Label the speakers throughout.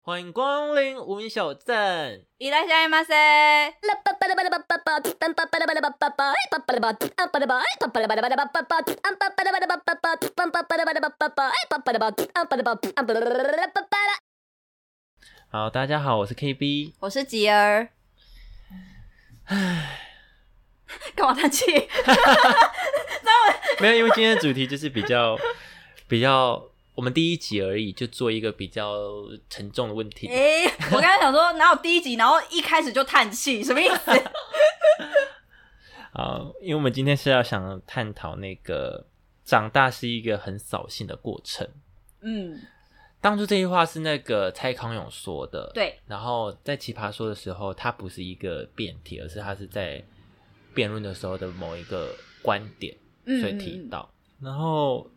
Speaker 1: 欢迎光临无名小站。
Speaker 2: 伊拉下马塞，
Speaker 1: 好，大家好，我是 KB。
Speaker 2: 我是吉儿。干嘛叹 气？
Speaker 1: 没有，因为今天的主题就是比较 比较，我们第一集而已，就做一个比较沉重的问题。
Speaker 2: 诶、我刚才想说，哪有第一集，然后一开始就叹气，什么意思？
Speaker 1: 好，啊因为我们今天是要想探讨那个长大是一个很扫兴的过程。
Speaker 2: 嗯，
Speaker 1: 当初这句话是那个蔡康永说的，
Speaker 2: 对。
Speaker 1: 然后在奇葩说的时候，他不是一个辩题，而是他是在辩论的时候的某一个观点，
Speaker 2: 嗯
Speaker 1: 所以提到。然后，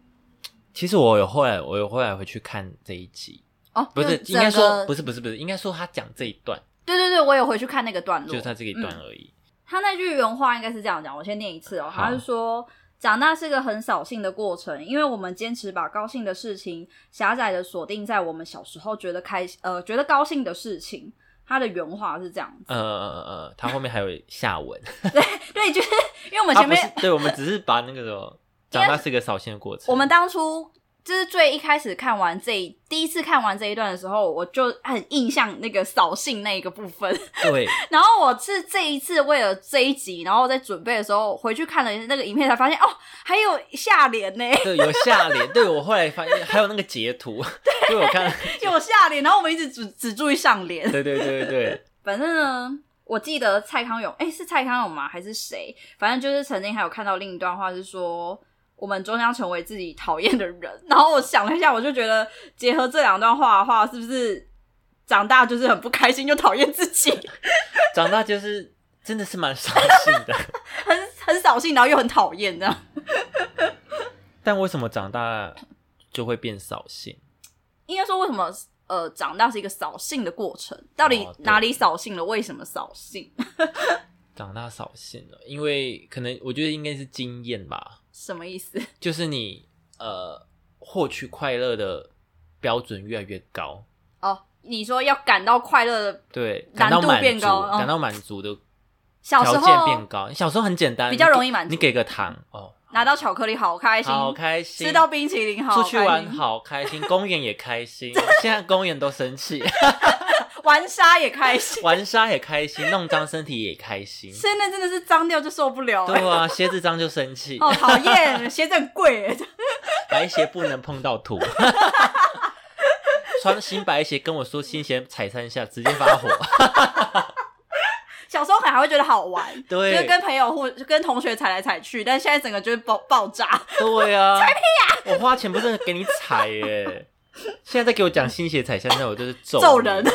Speaker 1: 其实我有后来，我有后来回去看这一集，
Speaker 2: 哦，
Speaker 1: 不是
Speaker 2: 就
Speaker 1: 应该
Speaker 2: 整个
Speaker 1: 说不是不是不是，应该说他讲这一段，
Speaker 2: 对对对，我有回去看那个段落，
Speaker 1: 就是他这一段
Speaker 2: 嗯
Speaker 1: 而已。
Speaker 2: 他那句原话应该是这样讲，我先念一次哦。
Speaker 1: 好
Speaker 2: 他是说，长大是个很扫兴的过程，因为我们坚持把高兴的事情狭窄的锁定在我们小时候觉得开呃觉得高兴的事情。他的原话是这样子，
Speaker 1: 呃呃呃呃，他后面还有下文，
Speaker 2: 对，就是因为我们
Speaker 1: 他啊
Speaker 2: 前
Speaker 1: 不是
Speaker 2: 面
Speaker 1: 对我们只是把那个什么长大是个扫兴的过程，
Speaker 2: 我们当初就是最一开始看完这一第一次看完这一段的时候，我就很印象那个扫兴那一个部分。
Speaker 1: 对
Speaker 2: 然后我是这一次为了这一集，然后在准备的时候回去看了那个影片，才发现哦，还有下联呢。
Speaker 1: 对有下联，对我后来发现还有那个截图，因为我看，
Speaker 2: 有下联，然后我们一直只只注意上联。
Speaker 1: 对对对对对。
Speaker 2: 反正呢，我记得蔡康永，哎、是蔡康永吗？还是谁？反正就是曾经还有看到另一段话是说。我们终将成为自己讨厌的人。然后我想了一下，我就觉得结合这两段话的话，是不是长大就是很不开心，就讨厌自己，
Speaker 1: 长大就是真的是蛮 扫兴的。
Speaker 2: 很很扫兴，然后又很讨厌这样？
Speaker 1: 但为什么长大就会变扫兴？
Speaker 2: 应该说为什么呃长大是一个扫兴的过程？到底
Speaker 1: 哦对
Speaker 2: 哪里扫兴了？为什么扫兴？
Speaker 1: 长大扫兴了，因为可能我觉得应该是经验吧，
Speaker 2: 什么意思？
Speaker 1: 就是你呃获取快乐的标准越来越高，
Speaker 2: 哦，你说要感到快乐的
Speaker 1: 对，
Speaker 2: 难
Speaker 1: 感到
Speaker 2: 度
Speaker 1: 满
Speaker 2: 变
Speaker 1: 足，
Speaker 2: 高嗯
Speaker 1: 感到满足的
Speaker 2: 小时
Speaker 1: 条件变
Speaker 2: 候
Speaker 1: 高。小时候很简单，
Speaker 2: 比较
Speaker 1: 你给
Speaker 2: 容易满足
Speaker 1: 你给个糖哦，
Speaker 2: 拿到巧克力好开心，
Speaker 1: 好开心，
Speaker 2: 吃到冰淇淋好
Speaker 1: 出
Speaker 2: 开心，
Speaker 1: 去玩好开心，公园也开心，哦现在公园都生气，
Speaker 2: 玩沙也开心。
Speaker 1: 玩沙也开心，弄脏身体也开心。
Speaker 2: 现在真的是脏掉就受不了、欸，
Speaker 1: 对啊，鞋子脏就生气，
Speaker 2: 哦，讨厌，鞋子很贵、欸，
Speaker 1: 白鞋不能碰到土。穿新白鞋跟我说新鞋踩三下直接发火，
Speaker 2: 小时候可能还会觉得好玩，就是
Speaker 1: 对
Speaker 2: 跟朋友或跟同学踩来踩去，但现在整个就是爆爆炸。
Speaker 1: 对 啊，我花钱不是给你踩耶，现在再给我讲新鞋踩三下，我就是揍
Speaker 2: 揍
Speaker 1: 你
Speaker 2: 人。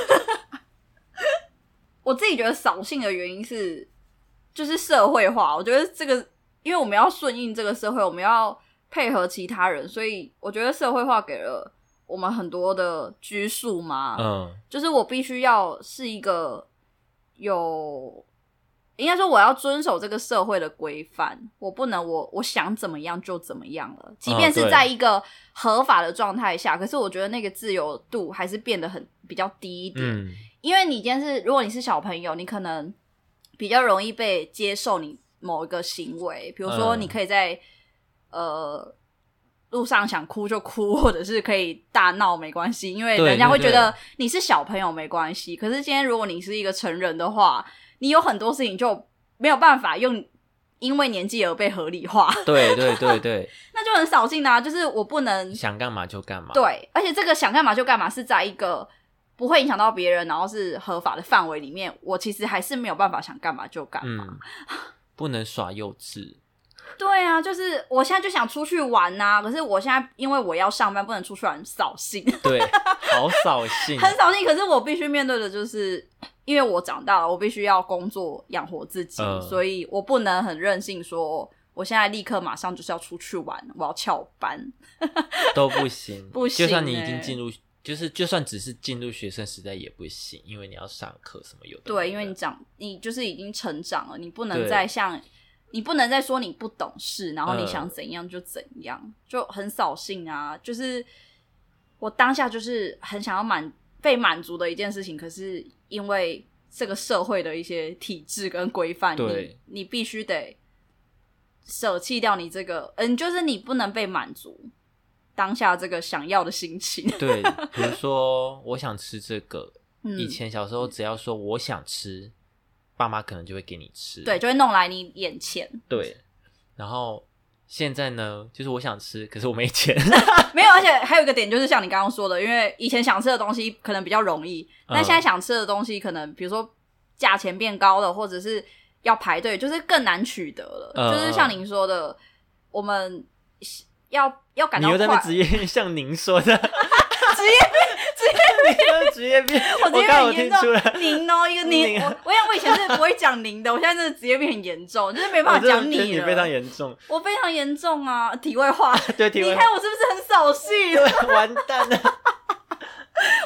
Speaker 2: 我自己觉得扫兴的原因是，就是社会化。我觉得这个，因为我们要顺应这个社会，我们要配合其他人，所以我觉得社会化给了我们很多的拘束嘛。
Speaker 1: 嗯，
Speaker 2: 就是我必须要是一个有，应该说我要遵守这个社会的规范，我不能我我想怎么样就怎么样了，即便
Speaker 1: 嗯
Speaker 2: 是
Speaker 1: 对
Speaker 2: 在一个合法的状态下，可是我觉得那个自由度还是变得很比较低一点，
Speaker 1: 嗯，
Speaker 2: 因为你今天是如果你是小朋友，你可能比较容易被接受你某一个行为，比如说
Speaker 1: 嗯
Speaker 2: 你可以在、呃路上想哭就哭， 或者是可以大闹没关系，因为
Speaker 1: 对
Speaker 2: 人家会
Speaker 1: 对对
Speaker 2: 觉得你是小朋友没关系。可是今天如果你是一个成人的话，你有很多事情就没有办法用因为年纪而被合理化，
Speaker 1: 对对对对，
Speaker 2: 那就很扫兴啦、就是我不能
Speaker 1: 想干嘛就干嘛。
Speaker 2: 对，而且这个想干嘛就干嘛是在一个不会影响到别人，然后是合法的范围里面，我其实还是没有办法想干嘛就干嘛。
Speaker 1: 嗯，不能耍幼稚。
Speaker 2: 对啊，就是我现在就想出去玩呐、可是我现在因为我要上班，不能出去玩，很扫兴，
Speaker 1: 对，好扫兴。
Speaker 2: 很扫兴。可是我必须面对的就是，因为我长大了，我必须要工作养活自己，
Speaker 1: 嗯
Speaker 2: 所以我不能很任性说。我现在立刻马上就是要出去玩，我要翘班。
Speaker 1: 都不行，
Speaker 2: 不行
Speaker 1: 就算你已经
Speaker 2: 欸
Speaker 1: 进入，就是就算只是进入学生时代也不行，因为你要上课什么有的。
Speaker 2: 对，因为你长，你就是已经成长了，你不能
Speaker 1: 对
Speaker 2: 再像，你不能再说你不懂事，然后你
Speaker 1: 嗯
Speaker 2: 想怎样就怎样，就很扫兴啊。就是我当下就是很想要满被满足的一件事情，可是因为这个社会的一些体制跟规范，你
Speaker 1: 对
Speaker 2: 你必须得舍弃掉你这个，嗯，就是你不能被满足当下这个想要的心情。
Speaker 1: 对，比如说我想吃这个，
Speaker 2: 嗯，
Speaker 1: 以前小时候只要说我想吃，爸妈可能就会给你吃。
Speaker 2: 对，就会弄来你眼前，
Speaker 1: 对，然后现在呢，就是我想吃，可是我没钱。
Speaker 2: 没有，而且还有一个点就是像你刚刚说的，因为以前想吃的东西可能比较容易，
Speaker 1: 嗯
Speaker 2: 但现在想吃的东西可能比如说价钱变高了，或者是要排队，就是更难取得了。
Speaker 1: 嗯
Speaker 2: 就是像您说的，我们要要感
Speaker 1: 你
Speaker 2: 到
Speaker 1: 又在
Speaker 2: 快
Speaker 1: 那边职业像您说 的 职业病，职业病，职业病，
Speaker 2: 我
Speaker 1: 我
Speaker 2: 直接
Speaker 1: 刚好
Speaker 2: 变
Speaker 1: 听
Speaker 2: 严
Speaker 1: 出来，
Speaker 2: 重，您哦，一个您，
Speaker 1: 您
Speaker 2: 我我想我以前是不会讲您的，我现在真的直接变很严重，就是没
Speaker 1: 我
Speaker 2: 办法
Speaker 1: 哦真的
Speaker 2: 讲
Speaker 1: 觉得你
Speaker 2: 了。
Speaker 1: 非常严 重，
Speaker 2: 我非常严重啊！题外 话，
Speaker 1: 对，体
Speaker 2: 你
Speaker 1: 会
Speaker 2: 看我是不是很扫兴？
Speaker 1: 对，完蛋了。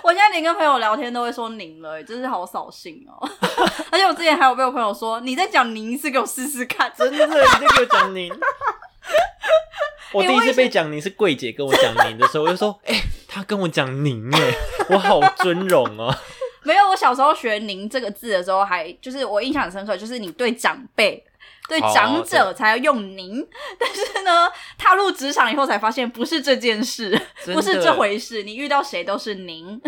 Speaker 2: 我现在连跟朋友聊天都会说“您”了，欸真是好扫兴哦。 而且我之前还有被我朋友说，你再讲“您”一次给我试试看。
Speaker 1: 真的，你在给我讲
Speaker 2: 哎
Speaker 1: 您。我第一次被讲您是柜姐跟我讲您的时候，我就 说，哎、她跟我讲您，哎，我好尊荣 哦。
Speaker 2: 没有，我小时候学“您”这个字的时候还，就是我印象很深刻，就是你对长辈、对
Speaker 1: 哦
Speaker 2: 长者才要用“您”，但是呢，踏入职场以后才发现不是这件事，
Speaker 1: 真的
Speaker 2: 不是这回事，你遇到谁都是“您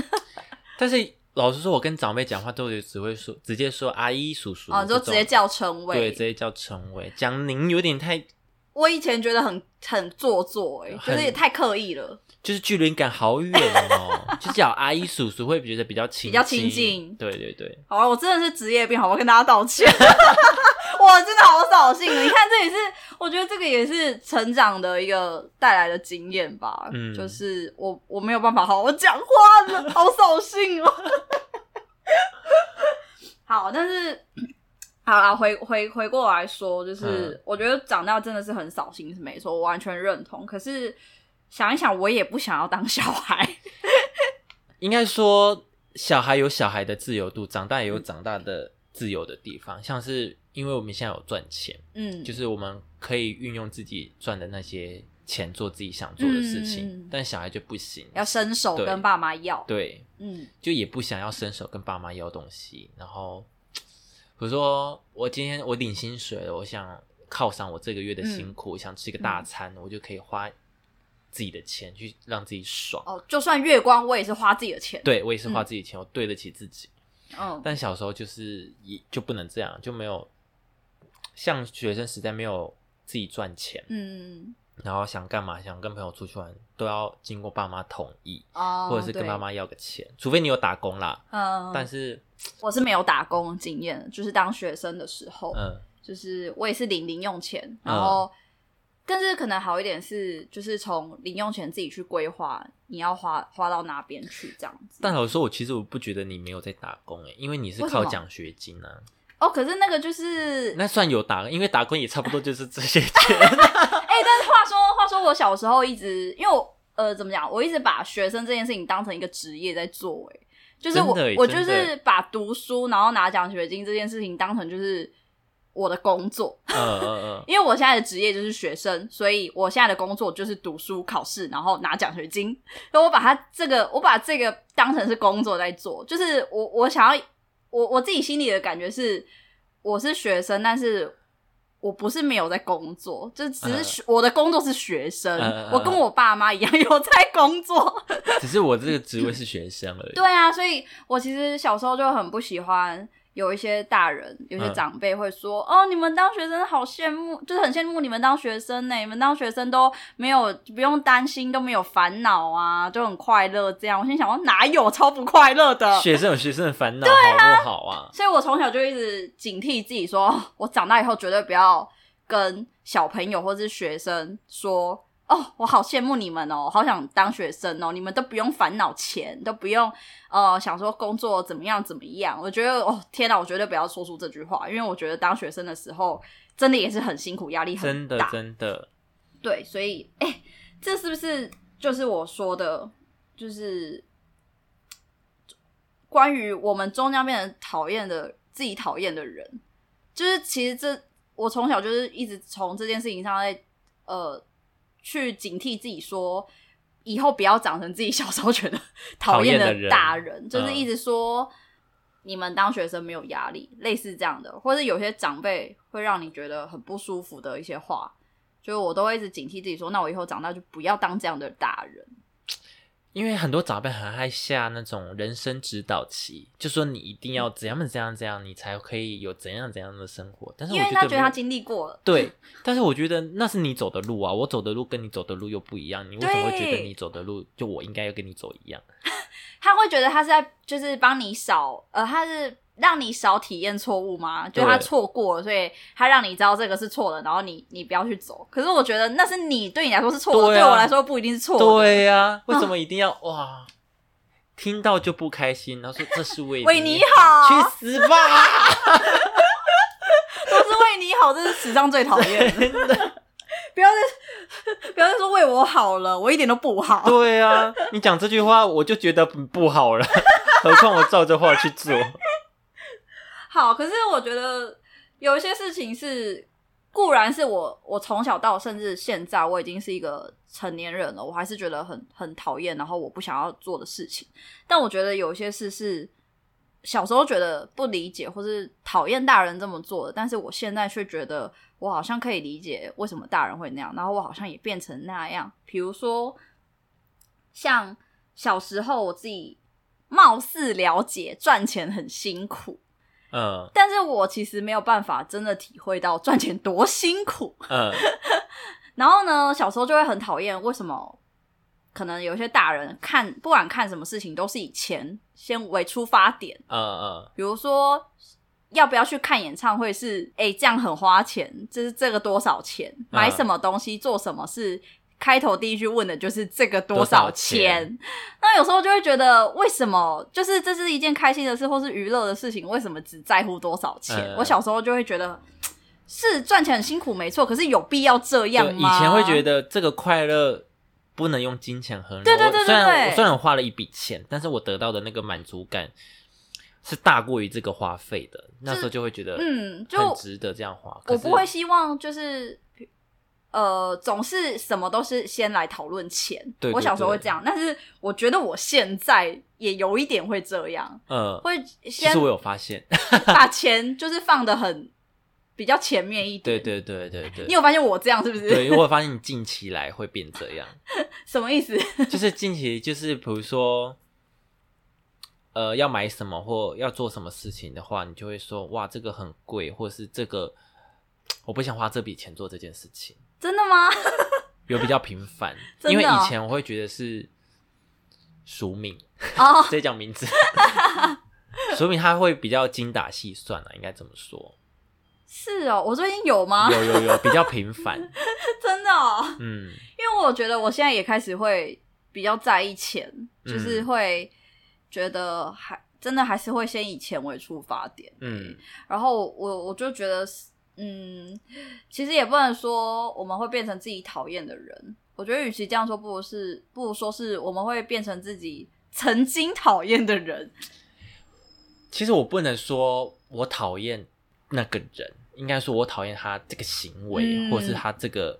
Speaker 1: 但是老实说，我跟长辈讲话都有只会说直接说阿姨、叔”，叔，
Speaker 2: 哦，你就直接，叫称
Speaker 1: 对，
Speaker 2: 谓
Speaker 1: 直。接叫称谓。讲您有点太，
Speaker 2: 我以前觉得很很做作、欸，就是
Speaker 1: 很
Speaker 2: 也太刻意了。
Speaker 1: 就是距离感好远哦。 就叫阿姨、叔叔会觉得比较亲，
Speaker 2: 比较亲近
Speaker 1: 对对对，
Speaker 2: 好啊了，我真的是职业病，好，我跟大家道歉。 我真的好扫兴哦！你看，这也是我觉得这个也是成长的一个带来的经验吧。
Speaker 1: 嗯
Speaker 2: 就是我我没有办法好好讲话了，好扫兴哦。 好，但是 好啦，回回回过来说，就是、
Speaker 1: 嗯
Speaker 2: 我觉得长大真的是很扫兴，是没错，我完全认同。可是想一想，我也不想要当小孩。
Speaker 1: 应该说小孩有小孩的自由度，长大也有长大的自由的地方。像是因为我们现在有赚钱。
Speaker 2: 嗯，
Speaker 1: 就是我们可以运用自己赚的那些钱做自己想做的事情，
Speaker 2: 嗯
Speaker 1: 但小孩就不行，
Speaker 2: 要伸手
Speaker 1: 对
Speaker 2: 跟爸妈要。
Speaker 1: 对，
Speaker 2: 嗯
Speaker 1: 就也不想要伸手跟爸妈要东西。然后，比如说我今天我领薪水了，我想犒赏我这个月的
Speaker 2: 嗯
Speaker 1: 辛苦，我想吃个大餐，我就可以花自己的钱去让自己爽。
Speaker 2: 哦，嗯就算月光，我也是花自己的钱。
Speaker 1: 对我也是花自己钱，我对得起自己。
Speaker 2: 嗯，
Speaker 1: 但小时候就是也就不能这样，就没有像学生时代没有自己赚钱，
Speaker 2: 嗯，
Speaker 1: 然后想干嘛，想跟朋友出去玩，都要经过爸妈同意，
Speaker 2: 哦，
Speaker 1: 或者是跟
Speaker 2: 对
Speaker 1: 爸，妈要个钱，除非你有打工啦。
Speaker 2: 嗯，
Speaker 1: 但是，
Speaker 2: 我是没有打工的经验，就是当学生的时候，
Speaker 1: 嗯，
Speaker 2: 就是我也是领零用钱，然后，但是可能好一点是，就是从零用钱自己去规划你要花花到哪边去这样子。
Speaker 1: 但老实说，我其实我不觉得你没有在打工诶、因为你是
Speaker 2: 为什么
Speaker 1: 靠奖学金啊，
Speaker 2: 哦，可是那个就是，
Speaker 1: 那算有打，因为打工也差不多就是这些钱。
Speaker 2: 哎、但是话说，话说我小时候一直，因为我呃怎么讲，我一直把学生这件事情当成一个职业在做、哎，就是我
Speaker 1: 真的耶欸
Speaker 2: 我就
Speaker 1: 真
Speaker 2: 是把读书然后拿奖学金这件事情当成就是我的工作，
Speaker 1: 嗯嗯嗯，
Speaker 2: 因为我现在的职业就是学生，所以我现在的工作就是读书、考试，然后拿奖学金。所以我把它这个，我把这个当成是工作在做，就是我我想要我我自己心里的感觉是，我是学生，但是我不是没有在工作，就只是
Speaker 1: 嗯
Speaker 2: 学我的工作是学生，
Speaker 1: 嗯嗯嗯嗯
Speaker 2: 我跟我爸妈一样有在工作。
Speaker 1: 只是我这个职位是学生而已。
Speaker 2: 对啊，所以我其实小时候就很不喜欢。有一些大人，有一些
Speaker 1: 嗯
Speaker 2: 长辈会说：“哦，你们当学生好羡慕，就是很羡慕你们当学生呢、你们当学生都没有不用担心，都没有烦恼啊，就很快乐。”这样，我心想：“我哪有超不快乐的？”
Speaker 1: 学生有学生的烦恼，好不好啊？
Speaker 2: 所以我从小就一直警惕自己说， 我长大以后绝对不要跟小朋友或是学生说，哦，我好羡慕你们哦，好想当学生哦，你们都不用烦恼钱，都不用呃想说工作怎么样怎么样。我觉得哦，天哪，我绝对不要说出这句话，因为我觉得当学生的时候真的也是很辛苦，压力
Speaker 1: 真
Speaker 2: 很
Speaker 1: 的
Speaker 2: 大。
Speaker 1: 真的，
Speaker 2: 对，所以哎、这是不是就是我说的，就是关于我们终将变成讨厌的自己讨厌的人？就是其实这我从小就是一直从这件事情上在呃去警惕自己说。以后不要长成自己小时候觉得
Speaker 1: 讨
Speaker 2: 讨
Speaker 1: 厌
Speaker 2: 厌
Speaker 1: 的
Speaker 2: 的
Speaker 1: 人
Speaker 2: 大人，就是
Speaker 1: 嗯
Speaker 2: 一直说、你们当学生没有压力，类似这样的，或者有些长辈会让你觉得很不舒服的一些话，就是我都会一直警惕自己说，那我以后长大就不要当这样的大人。
Speaker 1: 因为很多长辈很爱下那种人生指导棋，就说你一定
Speaker 2: 嗯
Speaker 1: 要怎样怎样怎样，你才可以有怎样怎样的生活。但是我
Speaker 2: 因为
Speaker 1: 觉
Speaker 2: 他
Speaker 1: 得
Speaker 2: 觉
Speaker 1: 没有
Speaker 2: 得他经历过了，
Speaker 1: 对，但是我觉得那是你走的路啊，我走的路跟你走的路又不一样。你为什么会觉得
Speaker 2: 对
Speaker 1: 你走的路就我应该要跟你走一样？
Speaker 2: 他会觉得他是在就是帮你少，呃，他是让你少体验错误吗？就
Speaker 1: 对
Speaker 2: 他错过了，所以他让你知道这个是错的，然后你你不要去走。可是我觉得那是你对你来说是错的，
Speaker 1: 对
Speaker 2: 对,、
Speaker 1: 啊
Speaker 2: 我来说不一定是错的。嗯
Speaker 1: 对呀、为什么一定要、哇？听到就不开心，然后说这是为
Speaker 2: 为
Speaker 1: 你
Speaker 2: 你好
Speaker 1: 去死吧！
Speaker 2: 都是为你好，这是史上最讨厌的。不要再 不要再说为我好了，我一点都不好。
Speaker 1: 对啊，你讲这句话我就觉得很不好了，何况我照这话去做。
Speaker 2: 好，可是我觉得有一些事情是，固然是我我从小到甚至现在，我已经是一个成年人了，我还是觉得很很讨厌，然后我不想要做的事情。但我觉得有一些事是小时候觉得不理解或是讨厌大人这么做的，但是我现在却觉得我好像可以理解为什么大人会那样，然后我好像也变成那样。比如说，像小时候我自己貌似了解赚钱很辛苦。
Speaker 1: 嗯
Speaker 2: 但是我其实没有办法真的体会到赚钱多辛苦。
Speaker 1: 嗯，
Speaker 2: 然后呢，小时候就会很讨厌为什么可能有些大人看不管看什么事情都是以钱先为出发点，
Speaker 1: 嗯嗯，
Speaker 2: 比如说要不要去看演唱会是诶，这样很花钱，这是这个多少钱，
Speaker 1: 嗯
Speaker 2: 买什么东西做什么是。开头第一句问的就是这个多
Speaker 1: 多少
Speaker 2: 少
Speaker 1: 钱
Speaker 2: 钱？那有时候就会觉得，为什么就是这是一件开心的事，或是娱乐的事情，为什么只在乎多少钱？
Speaker 1: 嗯
Speaker 2: 我小时候就会觉得，是赚钱很辛苦，没错，可是有必要这样
Speaker 1: 对，以
Speaker 2: 吗？
Speaker 1: 前会觉得这个快乐不能用金钱衡量。
Speaker 2: 对对对
Speaker 1: 我虽然
Speaker 2: 对
Speaker 1: 我
Speaker 2: 对
Speaker 1: 虽然我花了一笔钱，但是我得到的那个满足感是大过于这个花费的。那时候就会觉得，
Speaker 2: 嗯就
Speaker 1: 很值得这样花。可
Speaker 2: 我
Speaker 1: 是
Speaker 2: 不会，希望就是呃，总是什么都是先来讨论钱。
Speaker 1: 对对
Speaker 2: 我小时候会
Speaker 1: 对
Speaker 2: 这样，但是我觉得我现在也有一点会这样，
Speaker 1: 呃，
Speaker 2: 会
Speaker 1: 其
Speaker 2: 先
Speaker 1: 实我有发现，
Speaker 2: 把钱就是放的很比较前面一
Speaker 1: 对
Speaker 2: 点。
Speaker 1: 对对对对，
Speaker 2: 你有发现我这样是不是？
Speaker 1: 对，我有发现你近期来会变这样，
Speaker 2: 什么意思？
Speaker 1: 就是近期就是比如说。呃，要买什么或要做什么事情的话，你就会说哇，这个很贵，或是这个我不想花这笔钱做这件事情。
Speaker 2: 真的吗？
Speaker 1: 有比较频繁，
Speaker 2: 真的
Speaker 1: 因为
Speaker 2: 哦
Speaker 1: 以前我会觉得是署名，
Speaker 2: 哦，
Speaker 1: 直接讲名字， 署名他会比较精打细算啊，应该这么说，
Speaker 2: 是哦，我最近有吗？
Speaker 1: 有有有比较频繁，
Speaker 2: 真的哦，
Speaker 1: 嗯
Speaker 2: 因为我觉得我现在也开始会比较在意钱，就是
Speaker 1: 嗯
Speaker 2: 会觉得还真的还是会先以钱为出发点。
Speaker 1: 嗯
Speaker 2: 然后我我就觉得是，嗯，其实也不能说我们会变成自己讨厌的人。我觉得，与其这样说，不如是不如说是我们会变成自己曾经讨厌的人。
Speaker 1: 其实我不能说我讨厌那个人，应该说我讨厌他这个行为，
Speaker 2: 嗯哦
Speaker 1: 或是他这个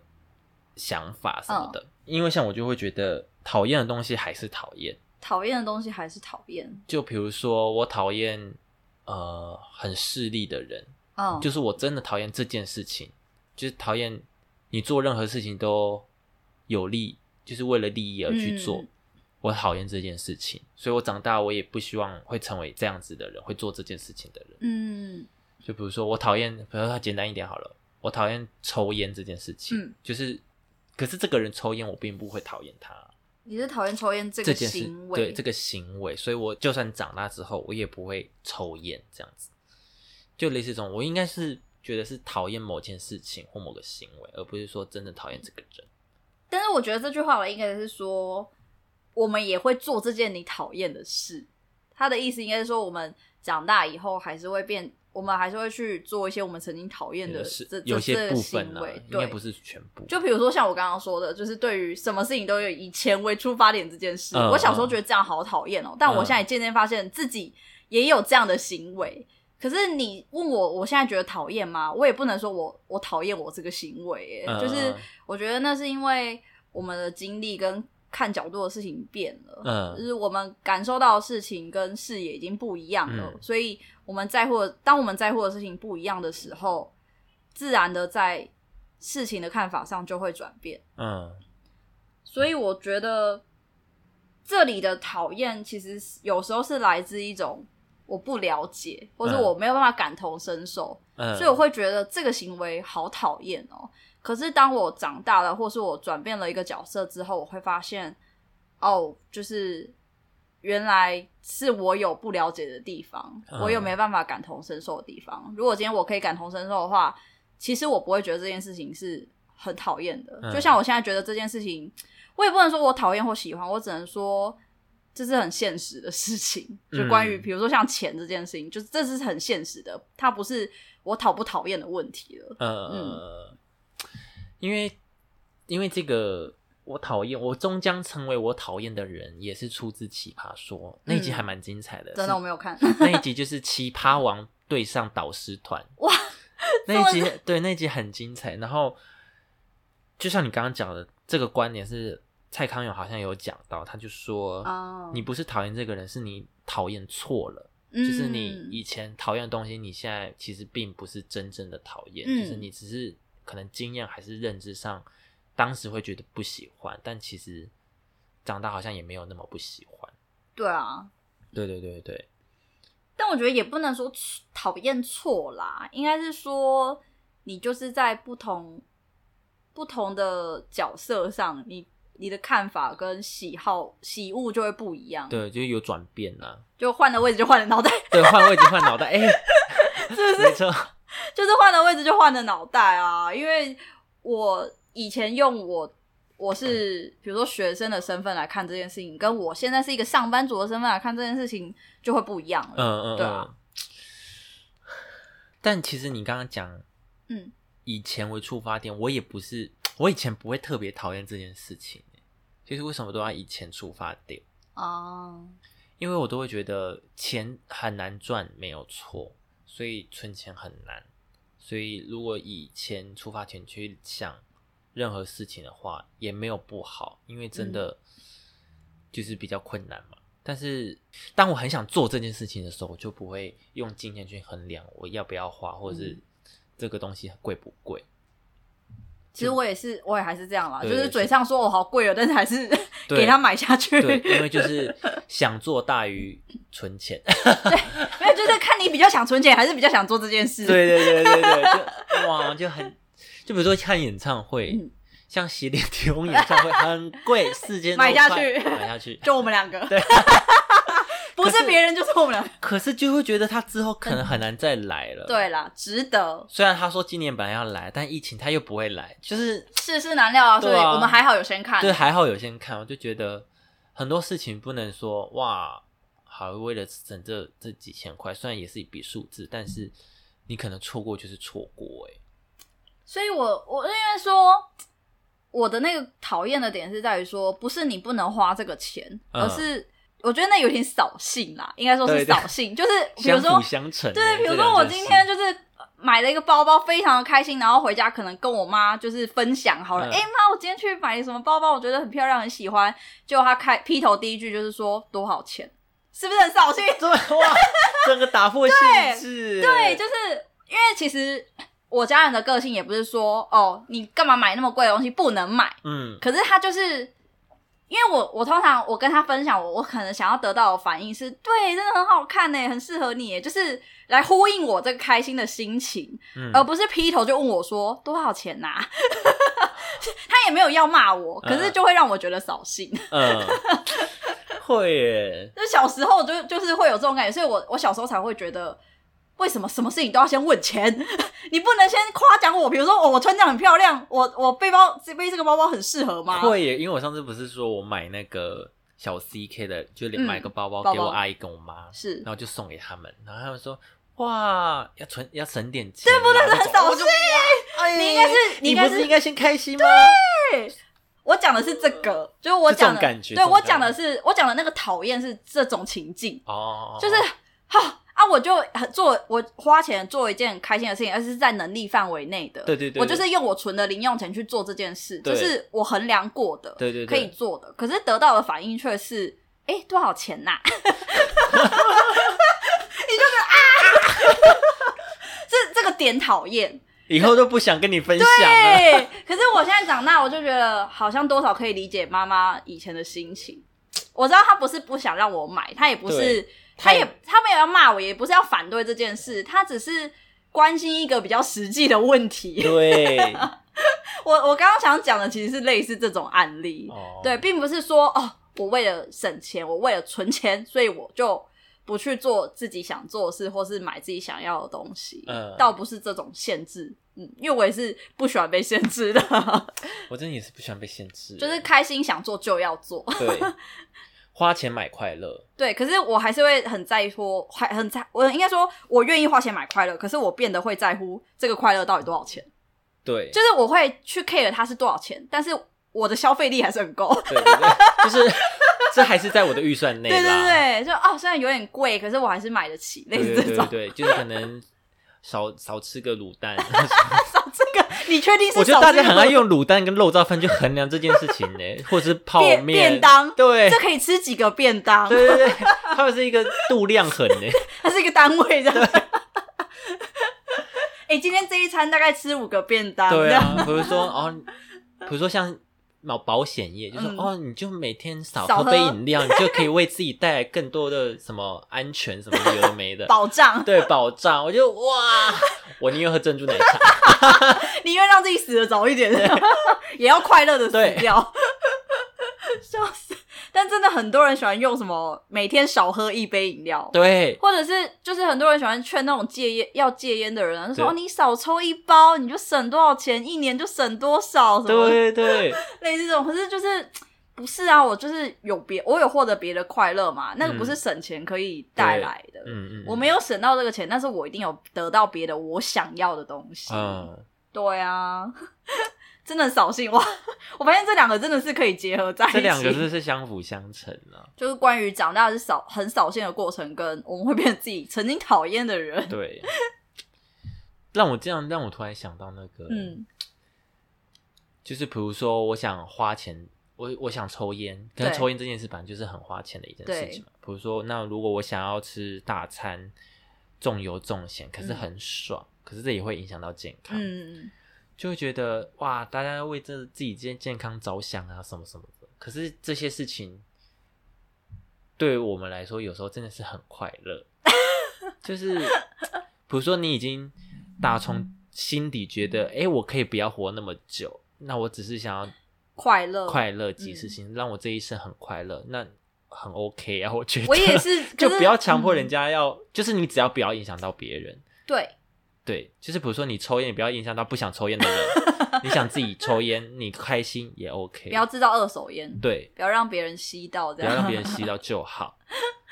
Speaker 1: 想法什么的，因为像我就会觉得讨厌的东西还是讨厌，
Speaker 2: 讨厌的东西还是讨厌，
Speaker 1: 就比如说我讨厌呃很势利的人。
Speaker 2: 嗯，
Speaker 1: 就是我真的讨厌这件事情，就是讨厌你做任何事情都有利，就是为了利益而去做。
Speaker 2: 嗯
Speaker 1: 我讨厌这件事情，所以我长大我也不希望会成为这样子的人，会做这件事情的人。
Speaker 2: 嗯
Speaker 1: 就比如说我讨厌，比如说简单一点好了，我讨厌抽烟这件事情，
Speaker 2: 嗯
Speaker 1: 就是可是这个人抽烟，我并不会讨厌他
Speaker 2: 你是讨厌抽烟这
Speaker 1: 这
Speaker 2: 个
Speaker 1: 件事
Speaker 2: 行，为，
Speaker 1: 对这个行为，所以我就算长大之后，我也不会抽烟这样子。就类似这种，我应该是觉得是讨厌某件事情或某个行为，而不是说真的讨厌这个人。
Speaker 2: 但是我觉得这句话我应该是说，我们也会做这件你讨厌的事。他的意思应该是说，我们长大以后还是会变，我们还是会去做一些我们曾经讨厌的
Speaker 1: 有
Speaker 2: 这
Speaker 1: 是
Speaker 2: 这
Speaker 1: 有些
Speaker 2: 这
Speaker 1: 部
Speaker 2: 行
Speaker 1: 分呢、
Speaker 2: 为。
Speaker 1: 应该
Speaker 2: 对，
Speaker 1: 不是全部。
Speaker 2: 就比如说像我刚刚说的，就是对于什么事情都有以钱为出发点这件事，
Speaker 1: 嗯
Speaker 2: 我小时候觉得这样好讨厌哦，但我现在渐渐发现自己也有这样的行为。可是你问我，我现在觉得讨厌吗？我也不能说我我讨厌我这个行为耶、
Speaker 1: 嗯
Speaker 2: 就是
Speaker 1: 嗯
Speaker 2: 我觉得那是因为我们的经历跟看角度的事情变了，
Speaker 1: 嗯
Speaker 2: 就是我们感受到的事情跟视野已经不一样了，
Speaker 1: 嗯
Speaker 2: 所以我们在乎的，当我们在乎的事情不一样的时候，自然的在事情的看法上就会转变。
Speaker 1: 嗯
Speaker 2: 所以我觉得这里的讨厌，其实是有时候是来自一种我不了解，或者
Speaker 1: 嗯
Speaker 2: 我没有办法感同身受，
Speaker 1: 嗯，
Speaker 2: 所以我会觉得这个行为好讨厌哦。可是当我长大了，或是我转变了一个角色之后，我会发现，哦，就是原来是我有不了解的地方，
Speaker 1: 嗯
Speaker 2: 我有没办法感同身受的地方。如果今天我可以感同身受的话，其实我不会觉得这件事情是很讨厌的。
Speaker 1: 嗯
Speaker 2: 就像我现在觉得这件事情，我也不能说我讨厌或喜欢，我只能说这是很现实的事情。
Speaker 1: 嗯
Speaker 2: 就关于比如说像钱这件事情，就是这是很现实的，它不是我讨不讨厌的嗯问题了。
Speaker 1: 呃，因为因为这个我讨厌，我终将成为我讨厌的人，也是出自《奇葩说》那一集
Speaker 2: 嗯
Speaker 1: 还蛮精彩的，
Speaker 2: 真
Speaker 1: 是
Speaker 2: 的我没有看，
Speaker 1: 那一集就是奇葩王对上导师团，
Speaker 2: 哇，
Speaker 1: 那一集 对那一集很精彩。然后就像你刚刚讲的，这个观点是蔡康永好像有讲到，他就说，
Speaker 2: 哦
Speaker 1: 你不是讨厌这个人，是你讨厌错了。
Speaker 2: 就
Speaker 1: 就是你
Speaker 2: 嗯
Speaker 1: 以前讨厌的东西，你现在其实并不是真正的讨厌，
Speaker 2: 嗯
Speaker 1: 就是你只是可能经验还是认知上，当时会觉得不喜欢，但其实长大好像也没有那么不喜欢。
Speaker 2: 对啊，
Speaker 1: 对对对对，
Speaker 2: 但我觉得也不能说错讨厌错啦，应该是说你就是在不同不同的角色上，你你的看法跟喜好喜恶就会不一样。，
Speaker 1: 对，就是有转变啦、
Speaker 2: 就换了位置就换了脑袋，
Speaker 1: 对，换位置换脑袋， 哎、没错，
Speaker 2: 就是换了位置就换了脑袋啊。因为我以前用我我是比如说学生的身份来看这件事情，跟我现在是一个上班族的身份来看这件事情就会不一样了。
Speaker 1: 嗯 嗯，
Speaker 2: 对啊
Speaker 1: 嗯。但其实你刚刚讲
Speaker 2: 嗯，
Speaker 1: 以前为出发点，我也不是，我以前不会特别讨厌这件事情，欸就是为什么都要以前出发点？
Speaker 2: 哦、
Speaker 1: 因为我都会觉得钱很难赚，没有错，所以存钱很难。所以如果以钱出发前去想任何事情的话，也没有不好，因为真的就是比较困难嘛。但是当我很想做这件事情的时候，我就不会用金钱去衡量我要不要花，或者是
Speaker 2: 嗯
Speaker 1: 这个东西贵不贵。
Speaker 2: 其实我也是，我也还是这样啦，
Speaker 1: 对
Speaker 2: 就是嘴上说我好贵哦，但是还是
Speaker 1: 对
Speaker 2: 给他买下去，
Speaker 1: 对，因为就是想做大于存钱。
Speaker 2: 没有，就是看你比较想存钱，还是比较想做这件 事。，
Speaker 1: 对对对对对， 就哇，就很，就比如说看演唱会，
Speaker 2: 嗯
Speaker 1: 像喜点提翁演唱会很 贵，四千多
Speaker 2: 买下
Speaker 1: 块
Speaker 2: 去
Speaker 1: 买下去。
Speaker 2: 就我们两个， 不
Speaker 1: 可
Speaker 2: 是
Speaker 1: 是
Speaker 2: 别人就是我们两个。
Speaker 1: 可是就会觉得他之后可能很难再来了。，
Speaker 2: 嗯对啦，值得，
Speaker 1: 虽然他说今年本来要来，但疫情他又不会来，就是
Speaker 2: 世事难料啊，所
Speaker 1: 对
Speaker 2: 以
Speaker 1: 啊
Speaker 2: 我们还好有先看。
Speaker 1: 对，啊还好有先看，我就觉得很多事情不能说哇，好为了省这这几千块，虽然也是一笔数字，但是你可能错过就是错过、欸，
Speaker 2: 所以我我因为说。我的那个讨厌的点是在于说，不是你不能花这个钱，
Speaker 1: 嗯
Speaker 2: 而是我觉得那有点扫兴啦，应该说是
Speaker 1: 对对
Speaker 2: 扫 兴，就是比
Speaker 1: 相
Speaker 2: 如说
Speaker 1: 辅相成欸、
Speaker 2: 对，比如
Speaker 1: 这
Speaker 2: 说
Speaker 1: 两
Speaker 2: 我
Speaker 1: 件
Speaker 2: 今
Speaker 1: 事
Speaker 2: 天就是买了一个包包，非常的开心，然后回家可能跟我妈就是分享好了，
Speaker 1: 嗯
Speaker 2: 哎、妈，我今天去买什么包包，我觉得很漂亮，很喜欢。结果她开劈头第一句就是说多少钱，是不是很扫兴？
Speaker 1: 对哇，整个打破限制。
Speaker 2: 对，就是因为其实我家人的个性也不是说哦，你干嘛买那么贵的东西不能买，
Speaker 1: 嗯
Speaker 2: 可是他就是。因为我我通常我跟他分享我我可能想要得到的反应是对，真的很好看呢，很适合你耶，就是来呼应我这个开心的心情。
Speaker 1: 嗯，
Speaker 2: 而不是劈头就问我说多少钱呐、 他也没有要骂我，可是就会让我觉得扫兴。
Speaker 1: 嗯， 会耶，
Speaker 2: 就小时候就就是会有这种感觉，所以我我小时候才会觉得。为什么什么事情都要先问钱？ 你不能先夸奖我，比如说、哦、我穿这样很漂亮，我我背包这背这个包包很适合吗？
Speaker 1: 会耶，因为我上次不是说我买那个小 CK 的，就连
Speaker 2: 嗯
Speaker 1: 买个包包
Speaker 2: 包包
Speaker 1: 给我阿姨跟我妈，
Speaker 2: 是
Speaker 1: 然后就送给他们，然后他们说。哇，要存要省点钱啊，对不对？
Speaker 2: 很扫兴。你应该是你
Speaker 1: 哎你
Speaker 2: 应该
Speaker 1: 不
Speaker 2: 是
Speaker 1: 是应该先开心吗？
Speaker 2: 我讲的是这个，就是我
Speaker 1: 这种
Speaker 2: 讲的
Speaker 1: 感觉
Speaker 2: 对
Speaker 1: 这种
Speaker 2: 我
Speaker 1: 感
Speaker 2: 讲的是我讲的那个讨厌是这种情境，
Speaker 1: 哦，
Speaker 2: 就是哈啊，后我就很做我花钱做一件开心的事情，而是在能力范围内的。
Speaker 1: 对对对对
Speaker 2: 我就是用我存的零用钱去做这件事，
Speaker 1: 对
Speaker 2: 这是我衡量过的，
Speaker 1: 对对对
Speaker 2: 可以做的。可是得到的反应却是，哎、多少钱呐、 你就觉得 啊，这这个点讨厌。
Speaker 1: 以后都不想跟你分享了。
Speaker 2: 对，哎可是我现在长大，我就觉得好像多少可以理解妈妈以前的心情。我知道她不是不想让我买，她也不是，她
Speaker 1: 她也
Speaker 2: 也她没有要骂我，也不是要反对这件事，她只是关心一个比较实际的问题。
Speaker 1: 对，
Speaker 2: 我我刚刚想讲的其实是类似这种案例，
Speaker 1: 哦
Speaker 2: 对，并不是说哦，我为了省钱，我为了存钱，所以我就。不去做自己想做的事，或是买自己想要的东西，
Speaker 1: 嗯
Speaker 2: 倒不是这种限制，嗯，因为我也是不喜欢被限制的。
Speaker 1: 我真的也是不喜欢被限制，
Speaker 2: 就是开心想做就要做，
Speaker 1: 对，花钱买快乐，
Speaker 2: 对。可是我还是会很在乎，还很在，我应该说，我愿意花钱买快乐，可是我变得会在乎这个快乐到底多少钱，
Speaker 1: 对，
Speaker 2: 就是我会去 care 它是多少钱，但是我的消费力还是很够。
Speaker 1: 对对对，就是这还是在我的预算内
Speaker 2: 对对
Speaker 1: 啦。
Speaker 2: 对，就哦，虽然有点贵，可是我还是买得起，类似
Speaker 1: 对
Speaker 2: 这
Speaker 1: 对
Speaker 2: 种。
Speaker 1: 对，就是可能少少吃个卤蛋。
Speaker 2: 少 这个，你确定是？
Speaker 1: 我觉得大家很爱，用卤蛋跟肉燥饭去衡量这件事情呢，或者是泡
Speaker 2: 便
Speaker 1: 面、
Speaker 2: 便当
Speaker 1: 对
Speaker 2: 这可以吃几个便当，
Speaker 1: 对对对，他们是一个度量衡呢。
Speaker 2: 它是一个单位这 样。哎、今天这一餐大概吃五个便当，
Speaker 1: 对
Speaker 2: 这样
Speaker 1: 啊，比如说哦，比如说像保保险业，就是、
Speaker 2: 嗯
Speaker 1: 哦，你就每天少
Speaker 2: 少
Speaker 1: 喝杯
Speaker 2: 喝
Speaker 1: 饮料，你就可以为自己带来更多的什么安全什么有的没的，
Speaker 2: 保障。
Speaker 1: 对保障。我就 哇，我宁愿喝珍珠奶茶。
Speaker 2: 宁愿让自己死的早一点， 也要快乐的死掉。 笑死！但真的很多人喜欢用什么每天少喝一杯饮料，
Speaker 1: 对
Speaker 2: 或者是就是很多人喜欢劝那种戒烟要戒烟的人，就说
Speaker 1: 对
Speaker 2: 哦你少抽一包你就省多少钱，一年就省多少 什么
Speaker 1: 对对
Speaker 2: 类似这种。可是就是不是啊？我就是有别，我有获得别的快乐嘛，那个不是省钱可以带来的。
Speaker 1: 嗯嗯嗯，
Speaker 2: 我没有省到这个钱，但是我一定有得到别的我想要的东西。
Speaker 1: 嗯，
Speaker 2: 对啊， 真的很扫兴哇！ 我发现这两个真的是可以结合在一起，
Speaker 1: 这两个是是相辅相成啊。
Speaker 2: 就是关于长大是扫很扫兴的过程，跟我们会变成自己曾经讨厌的人。
Speaker 1: 对，让我这样让我突然想到那个，
Speaker 2: 嗯，
Speaker 1: 就是比如说，我想花钱，我我想抽烟，可是
Speaker 2: 对
Speaker 1: 抽烟这件事本来就是很花钱的一件事情嘛。比如说，那如果我想要吃大餐，重油重咸，可是很爽，可是这也会影响到健康，
Speaker 2: 嗯，
Speaker 1: 就会觉得哇，大家为这自己健健康着想啊，什么什么的。可是这些事情对我们来说，有时候真的是很快乐， 就是比如说你已经打从心底觉得，哎、我可以不要活那么久。那我只是想要
Speaker 2: 快乐，嗯
Speaker 1: 快乐即是心，让我这一生很快乐，那很 OK 啊，我觉得。
Speaker 2: 我也，是，
Speaker 1: 就
Speaker 2: 可是
Speaker 1: 不要强迫
Speaker 2: 嗯
Speaker 1: 人家要，就是你只要不要影响到别人，
Speaker 2: 对，
Speaker 1: 对，就是比如说你抽烟，你不要影响到不想抽烟的人，你想自己抽烟，你开心也 OK，
Speaker 2: 不要制造二手烟，
Speaker 1: 对，
Speaker 2: 不要让别人吸到，这
Speaker 1: 不
Speaker 2: 样
Speaker 1: 要让别人吸到就好，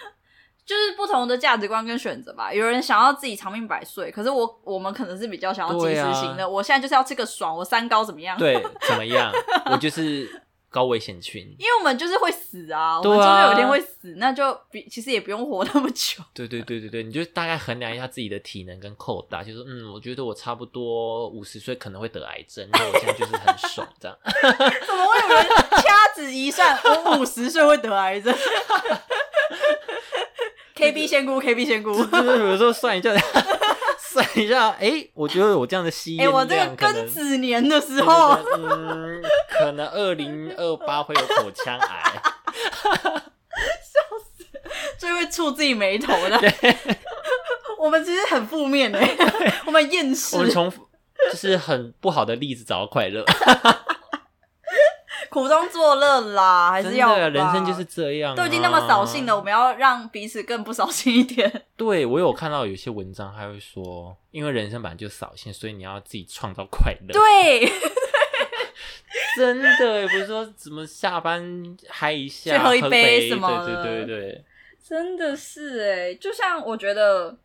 Speaker 2: 就是不同的价值观跟选择吧。有人想要自己长命百岁，可是我我们可能是比较想要及
Speaker 1: 对啊
Speaker 2: 时行乐。我现在就是要吃个爽，我三高怎么样？
Speaker 1: 对，怎么样？我就是高危险群，
Speaker 2: 因为我们就是会死啊，我
Speaker 1: 对啊
Speaker 2: 们终究有一天会死，那就比其实也不用活那么久。
Speaker 1: 对对对对对，你就大概衡量一下自己的体能跟扣打，就是嗯，我觉得我差不多五十岁可能会得癌症，那我现在就是很爽这样。
Speaker 2: 怎么会有人掐指一 算，我五十岁会得癌 症？KB 仙姑，KB 仙姑，哎
Speaker 1: 就是有时候算一下， 算一下，哎、我觉得我这样的吸
Speaker 2: 哎、
Speaker 1: 烟
Speaker 2: 我这个
Speaker 1: 量可能
Speaker 2: 庚子年的时
Speaker 1: 对
Speaker 2: 候，
Speaker 1: 对对嗯，可能二零二八会有口腔癌，
Speaker 2: 最会触自己眉头的。 我们其实很负面的， 我们厌世
Speaker 1: 我，们从就是很不好的例子找到快乐，
Speaker 2: 苦中作乐啦，还是啊
Speaker 1: 真
Speaker 2: 要吧
Speaker 1: 的人生就是这样、啊
Speaker 2: 都已经那么扫兴了，我。们要让彼此更不扫兴一点。
Speaker 1: 对我有看到有些文章，他会说，因为人生本来就扫兴，所以你要自己创造快乐。
Speaker 2: 对，
Speaker 1: 真的耶，不是说怎么下班嗨一下，
Speaker 2: 去喝一
Speaker 1: 喝
Speaker 2: 杯
Speaker 1: 杯
Speaker 2: 什么
Speaker 1: 对
Speaker 2: 的
Speaker 1: 对对对，
Speaker 2: 真的是哎、就像我觉得，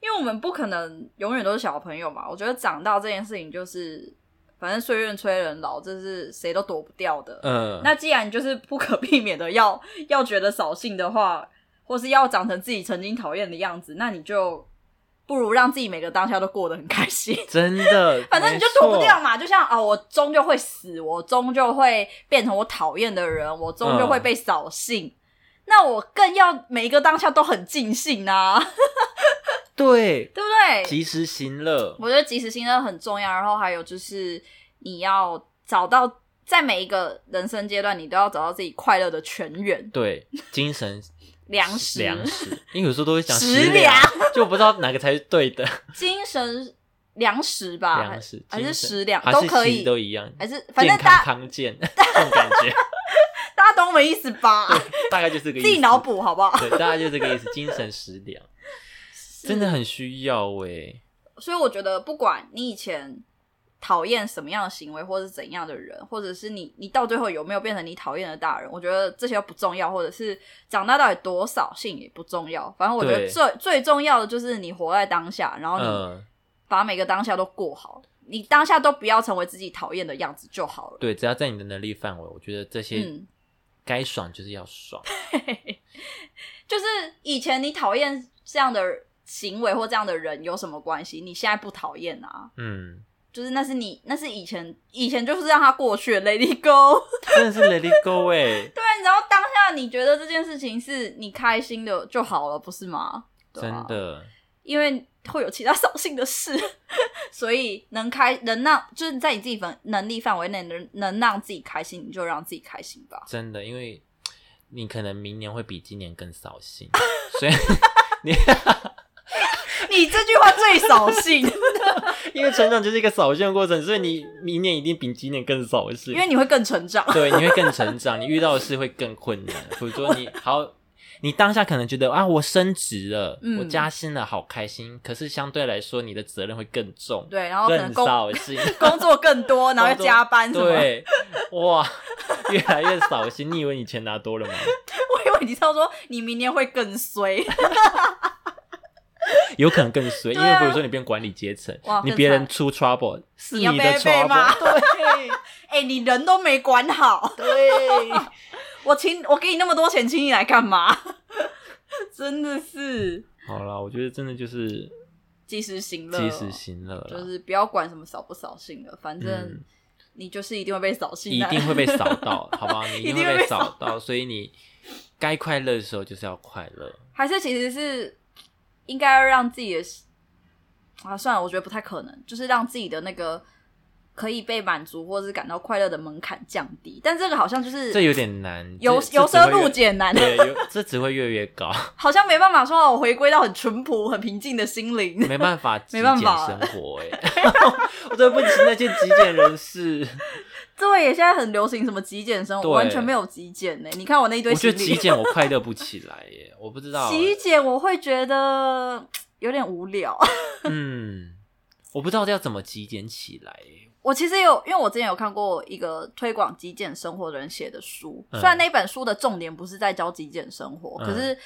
Speaker 2: 因为我们不可能永远都是小朋友嘛。我觉得长大这件事情就是，反正岁月催人老，这是谁都躲不掉的。
Speaker 1: 嗯，
Speaker 2: 那既然就是不可避免的要要觉得扫兴的话，或是要长成自己曾经讨厌的样子，那你就不如让自己每个当下都过得很开心。
Speaker 1: 真的，
Speaker 2: 反正你就
Speaker 1: 没
Speaker 2: 躲不
Speaker 1: 错
Speaker 2: 掉嘛，就像哦，我终究会死，我终究会变成我讨厌的人，我终
Speaker 1: 嗯
Speaker 2: 究会被扫兴。那我更要每一个当下都很尽兴啊，
Speaker 1: 对，
Speaker 2: 对不对？
Speaker 1: 及时行乐，
Speaker 2: 我觉得及时行乐很重要，然后还有就是你要找到在每一个人生阶段，你都要找到自己快乐的泉源，
Speaker 1: 对，精神
Speaker 2: 粮食、
Speaker 1: 粮食，因为有时候都会讲
Speaker 2: 食
Speaker 1: 食粮，就不知道哪个才是对 的
Speaker 2: 精神粮食吧，
Speaker 1: 粮食，
Speaker 2: 啊还
Speaker 1: 精
Speaker 2: 是
Speaker 1: 神
Speaker 2: 食粮
Speaker 1: 还是
Speaker 2: 都可
Speaker 1: 西
Speaker 2: 以，
Speaker 1: 都一样，
Speaker 2: 还是反
Speaker 1: 健
Speaker 2: 正
Speaker 1: 康
Speaker 2: 大
Speaker 1: 康健这种感觉，
Speaker 2: 大家懂我意思吧？
Speaker 1: 大概就是这个意
Speaker 2: 自
Speaker 1: 思。
Speaker 2: 己脑，补好不好？
Speaker 1: 对，大概就是这个意思，精神食粮真的很需要欸诶。
Speaker 2: 所以我觉得，不管你以前讨厌什么样的行为，或是怎样的人，或者是你你到最后有没有变成你讨厌的大人，我觉得这些都不重要，或者是长大到底多少性也不重要。反正我觉得
Speaker 1: 对
Speaker 2: 最最重要的就是你活在当下，然后哦你
Speaker 1: 嗯，
Speaker 2: 把每个当下都过好，你当下都不要成为自己讨厌的样子就好了。
Speaker 1: 对，只要在你的能力范围，我觉得这些
Speaker 2: 嗯，
Speaker 1: 该爽就是要爽。
Speaker 2: 就是以前你讨厌这样的行为或这样的人有什么关系？你现在不讨厌啊？
Speaker 1: 嗯，
Speaker 2: 就是那是你，那是以前，以前就是让它过去，let it go。
Speaker 1: 真的是 Let it go 哎，
Speaker 2: 对，啊然后当下你觉得这件事情是你开心的就好了，不是吗？ 对啊
Speaker 1: 真，的，
Speaker 2: 因为会有其他扫兴的事， 所以能开能让就是在你自己能能力范围内能能让自己开心，你就让自己开心吧。
Speaker 1: 真的，因为你可能明年会比今年更扫 兴，所以
Speaker 2: 你这句话最扫兴，
Speaker 1: 因为成长就是一个扫兴的过程，所以你明年一定比今年更扫兴
Speaker 2: 因。为你会更成 长。
Speaker 1: 对，你会更成长，你遇到的事会更困 难。比如说你好，你当下可能觉得啊，我升职了，
Speaker 2: 嗯
Speaker 1: 我加薪了，好开心。可是相对来说，你的责任会更重，
Speaker 2: 对，然后可能
Speaker 1: 更
Speaker 2: 工
Speaker 1: 扫兴，
Speaker 2: 工作更多， 然后又加班什么。 我
Speaker 1: 对，哇，越来越扫兴。你以为你钱拿多了吗？
Speaker 2: 以为你知道说你明年会更衰，
Speaker 1: 有可能更衰，因
Speaker 2: 对
Speaker 1: 为
Speaker 2: 啊
Speaker 1: 比如说你变管理阶层
Speaker 2: 哇，
Speaker 1: 你
Speaker 2: 更
Speaker 1: 别人
Speaker 2: 惨
Speaker 1: 出 trouble 是
Speaker 2: 你要
Speaker 1: 的
Speaker 2: 被被骂
Speaker 1: trouble，对
Speaker 2: 哎、你人都没管好。
Speaker 1: 对，
Speaker 2: 我请我给你那么多钱，请你来干嘛？ 真的是
Speaker 1: 好啦，我觉得真的就是
Speaker 2: 及时行乐，哦
Speaker 1: 及时行乐啦，啊
Speaker 2: 就是不要管什么扫不扫兴了，反正
Speaker 1: 嗯
Speaker 2: 你就是一定会被扫兴
Speaker 1: 一
Speaker 2: 的，
Speaker 1: 定会被扫到，好不好？你一定
Speaker 2: 一定
Speaker 1: 会
Speaker 2: 会
Speaker 1: 被
Speaker 2: 被
Speaker 1: 扫到，所以你该快乐的时候就是要快乐。
Speaker 2: 还是其实是应该要让自己的啊，算了，我觉得不太可能，就是让自己的那个可以被满足或是感到快乐的门槛降低，但这个好像就是
Speaker 1: 这有点难，
Speaker 2: 由
Speaker 1: 这
Speaker 2: 由奢
Speaker 1: 这只
Speaker 2: 入。
Speaker 1: 会越
Speaker 2: 俭难，
Speaker 1: 对，有这只会越来越 高，
Speaker 2: 好像没办法说哦我回归到很淳朴、很平静的心灵。
Speaker 1: 没办法极
Speaker 2: 没
Speaker 1: 简
Speaker 2: 办法
Speaker 1: 生活哎、 我对不起那些极简人士，
Speaker 2: 对，现在很流行什么极简生活，
Speaker 1: 对
Speaker 2: 完全没有极简呢、你看我那一堆
Speaker 1: 我觉得
Speaker 2: 行
Speaker 1: 极
Speaker 2: 李，
Speaker 1: 简我快乐不起来耶、我不知道欸、
Speaker 2: 极简我会觉得有点无聊。
Speaker 1: 嗯，我不知道要怎么极简起来欸耶、
Speaker 2: 我其实有，因为我之前有看过一个推广极简生活的人写的书，
Speaker 1: 嗯
Speaker 2: 虽然那本书的重点不是在教极简生活，
Speaker 1: 嗯
Speaker 2: 可是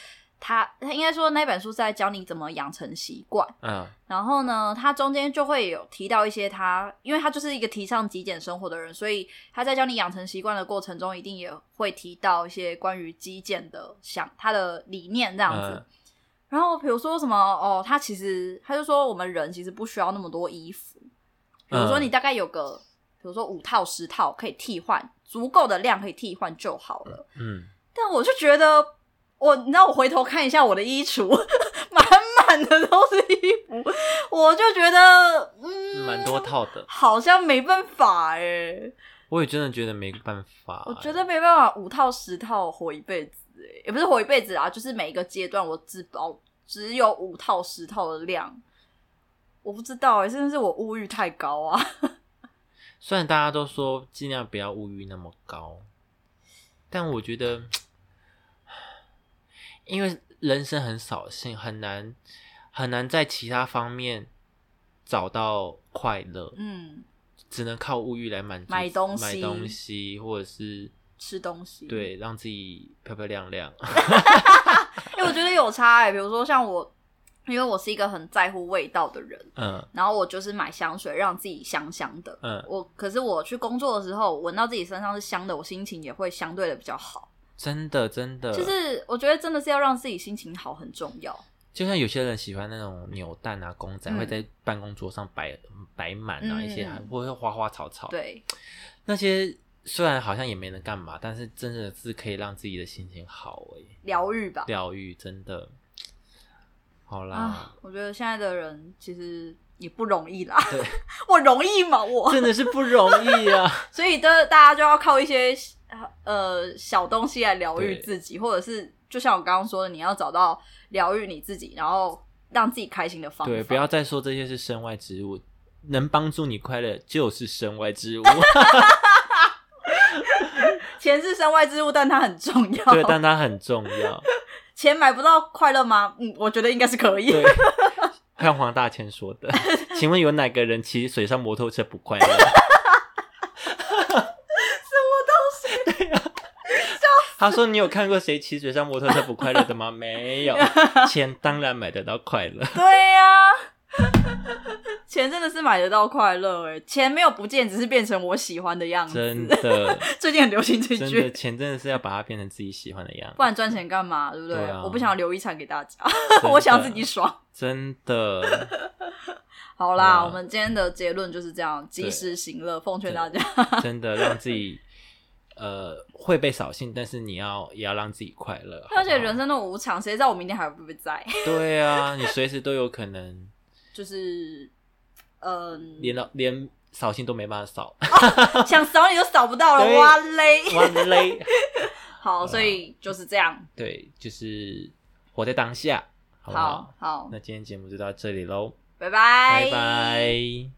Speaker 2: 他他应该说那本书是在教你怎么养成习惯。
Speaker 1: 嗯
Speaker 2: 然后呢，他中间就会有提到一些他，因为他就是一个提倡极简生活的人，所以他在教你养成习惯的过程中，一定也会提到一些关于极简的想他的理念这样子。
Speaker 1: 嗯
Speaker 2: 然后比如说什么哦，他其实他就说我们人其实不需要那么多衣服，比如说
Speaker 1: 嗯
Speaker 2: 你大概有个，比如说五套十套可以替换，足够的量可以替换就好了。
Speaker 1: 嗯，
Speaker 2: 但我就觉得，我你知道，我回头看一下我的衣橱， 满满的都是衣服，我就觉得，嗯，
Speaker 1: 蛮多套的，
Speaker 2: 好像没办法哎、
Speaker 1: 我也真的觉得没办法、
Speaker 2: 我觉得没办法，五套十套活一辈子、欸，也不是活一辈子啊，就是每一个阶段我只保只有五套十套的量。我不知道哎、欸，真的是我物欲太高啊！
Speaker 1: 虽然大家都说尽量不要物欲那么高，但我觉得，因为人生很扫兴，很难很难在其他方面找到快乐，
Speaker 2: 嗯，
Speaker 1: 只能靠物欲来满足
Speaker 2: 买东西
Speaker 1: 买东西，或者是
Speaker 2: 吃东西。
Speaker 1: 对让自己漂漂亮亮。
Speaker 2: 因为我觉得有差哎、欸，比如说像我，因为我是一个很在乎味道的人，
Speaker 1: 嗯
Speaker 2: 然后我就是买香水让自己香香的。
Speaker 1: 嗯，
Speaker 2: 我可是我去工作的时候，闻到自己身上是香的，我心情也会相对的比较好。
Speaker 1: 真的真的，
Speaker 2: 就是我觉得真的是要让自己心情好很重要。
Speaker 1: 就像有些人喜欢那种扭蛋啊、公仔，
Speaker 2: 嗯
Speaker 1: 会在办公桌上摆摆满啊，
Speaker 2: 嗯
Speaker 1: 一些还或者花花草草，，
Speaker 2: 对，
Speaker 1: 那些虽然好像也没能干嘛，但是真的是可以让自己的心情好哎、
Speaker 2: 疗愈吧。
Speaker 1: 疗愈真的。好啦，
Speaker 2: 啊，我觉得现在的人其实也不容易啦。
Speaker 1: 对，
Speaker 2: 我容易吗？我
Speaker 1: 真的是不容易 啊！
Speaker 2: 所以的大家就要靠一些呃小东西来疗愈
Speaker 1: 对
Speaker 2: 自己，或者是就像我刚刚说的，你要找到疗愈你自己，然后让自己开心的方法。
Speaker 1: 对，不要再说这些是身外之物，能帮助你快乐就是身外之物。
Speaker 2: 钱是身外之物，但它很重要。
Speaker 1: 对，但它很重要。
Speaker 2: 钱买不到快乐吗？嗯，我觉得应该是可以。
Speaker 1: 对，像黄大千说的，请问有哪个人骑水上摩托车不快乐？ 什么东西？啊他说：“你有看过谁骑水上摩托车不快乐的 吗？没有，钱当然买得到快乐。
Speaker 2: 对呀、 钱真的是买得到快乐哎、钱没有不见，只是变成我喜欢的样
Speaker 1: 真
Speaker 2: 子。
Speaker 1: 的，
Speaker 2: 最近很流行这
Speaker 1: 真
Speaker 2: 句
Speaker 1: 的，，钱真的是要把它变成自己喜欢的样
Speaker 2: 不然赚钱干嘛？对不对？
Speaker 1: 对啊
Speaker 2: 我不想留遗产给大家，
Speaker 1: 子。
Speaker 2: 我想自己爽。
Speaker 1: 真的，真的，
Speaker 2: 好啦，
Speaker 1: 好啊
Speaker 2: 我们今天的结论就是这样，及时行乐，奉劝大家。
Speaker 1: 真的让自己呃会被扫兴，但是你要也要让自己快乐。好不好
Speaker 2: 而且人生那么无常，谁知道我明天还会不会在？
Speaker 1: 对啊，你随时都有可能
Speaker 2: 就是，嗯，
Speaker 1: 连到连扫兴都没办法扫，
Speaker 2: 想扫你都扫不到了，
Speaker 1: 对啊
Speaker 2: 哇嘞！
Speaker 1: 哇嘞！
Speaker 2: 好，所以就是这样。
Speaker 1: 对，就是活在当下，好不好？啊
Speaker 2: 好好，
Speaker 1: 那今天节目就到这里喽，
Speaker 2: 拜
Speaker 1: 拜拜。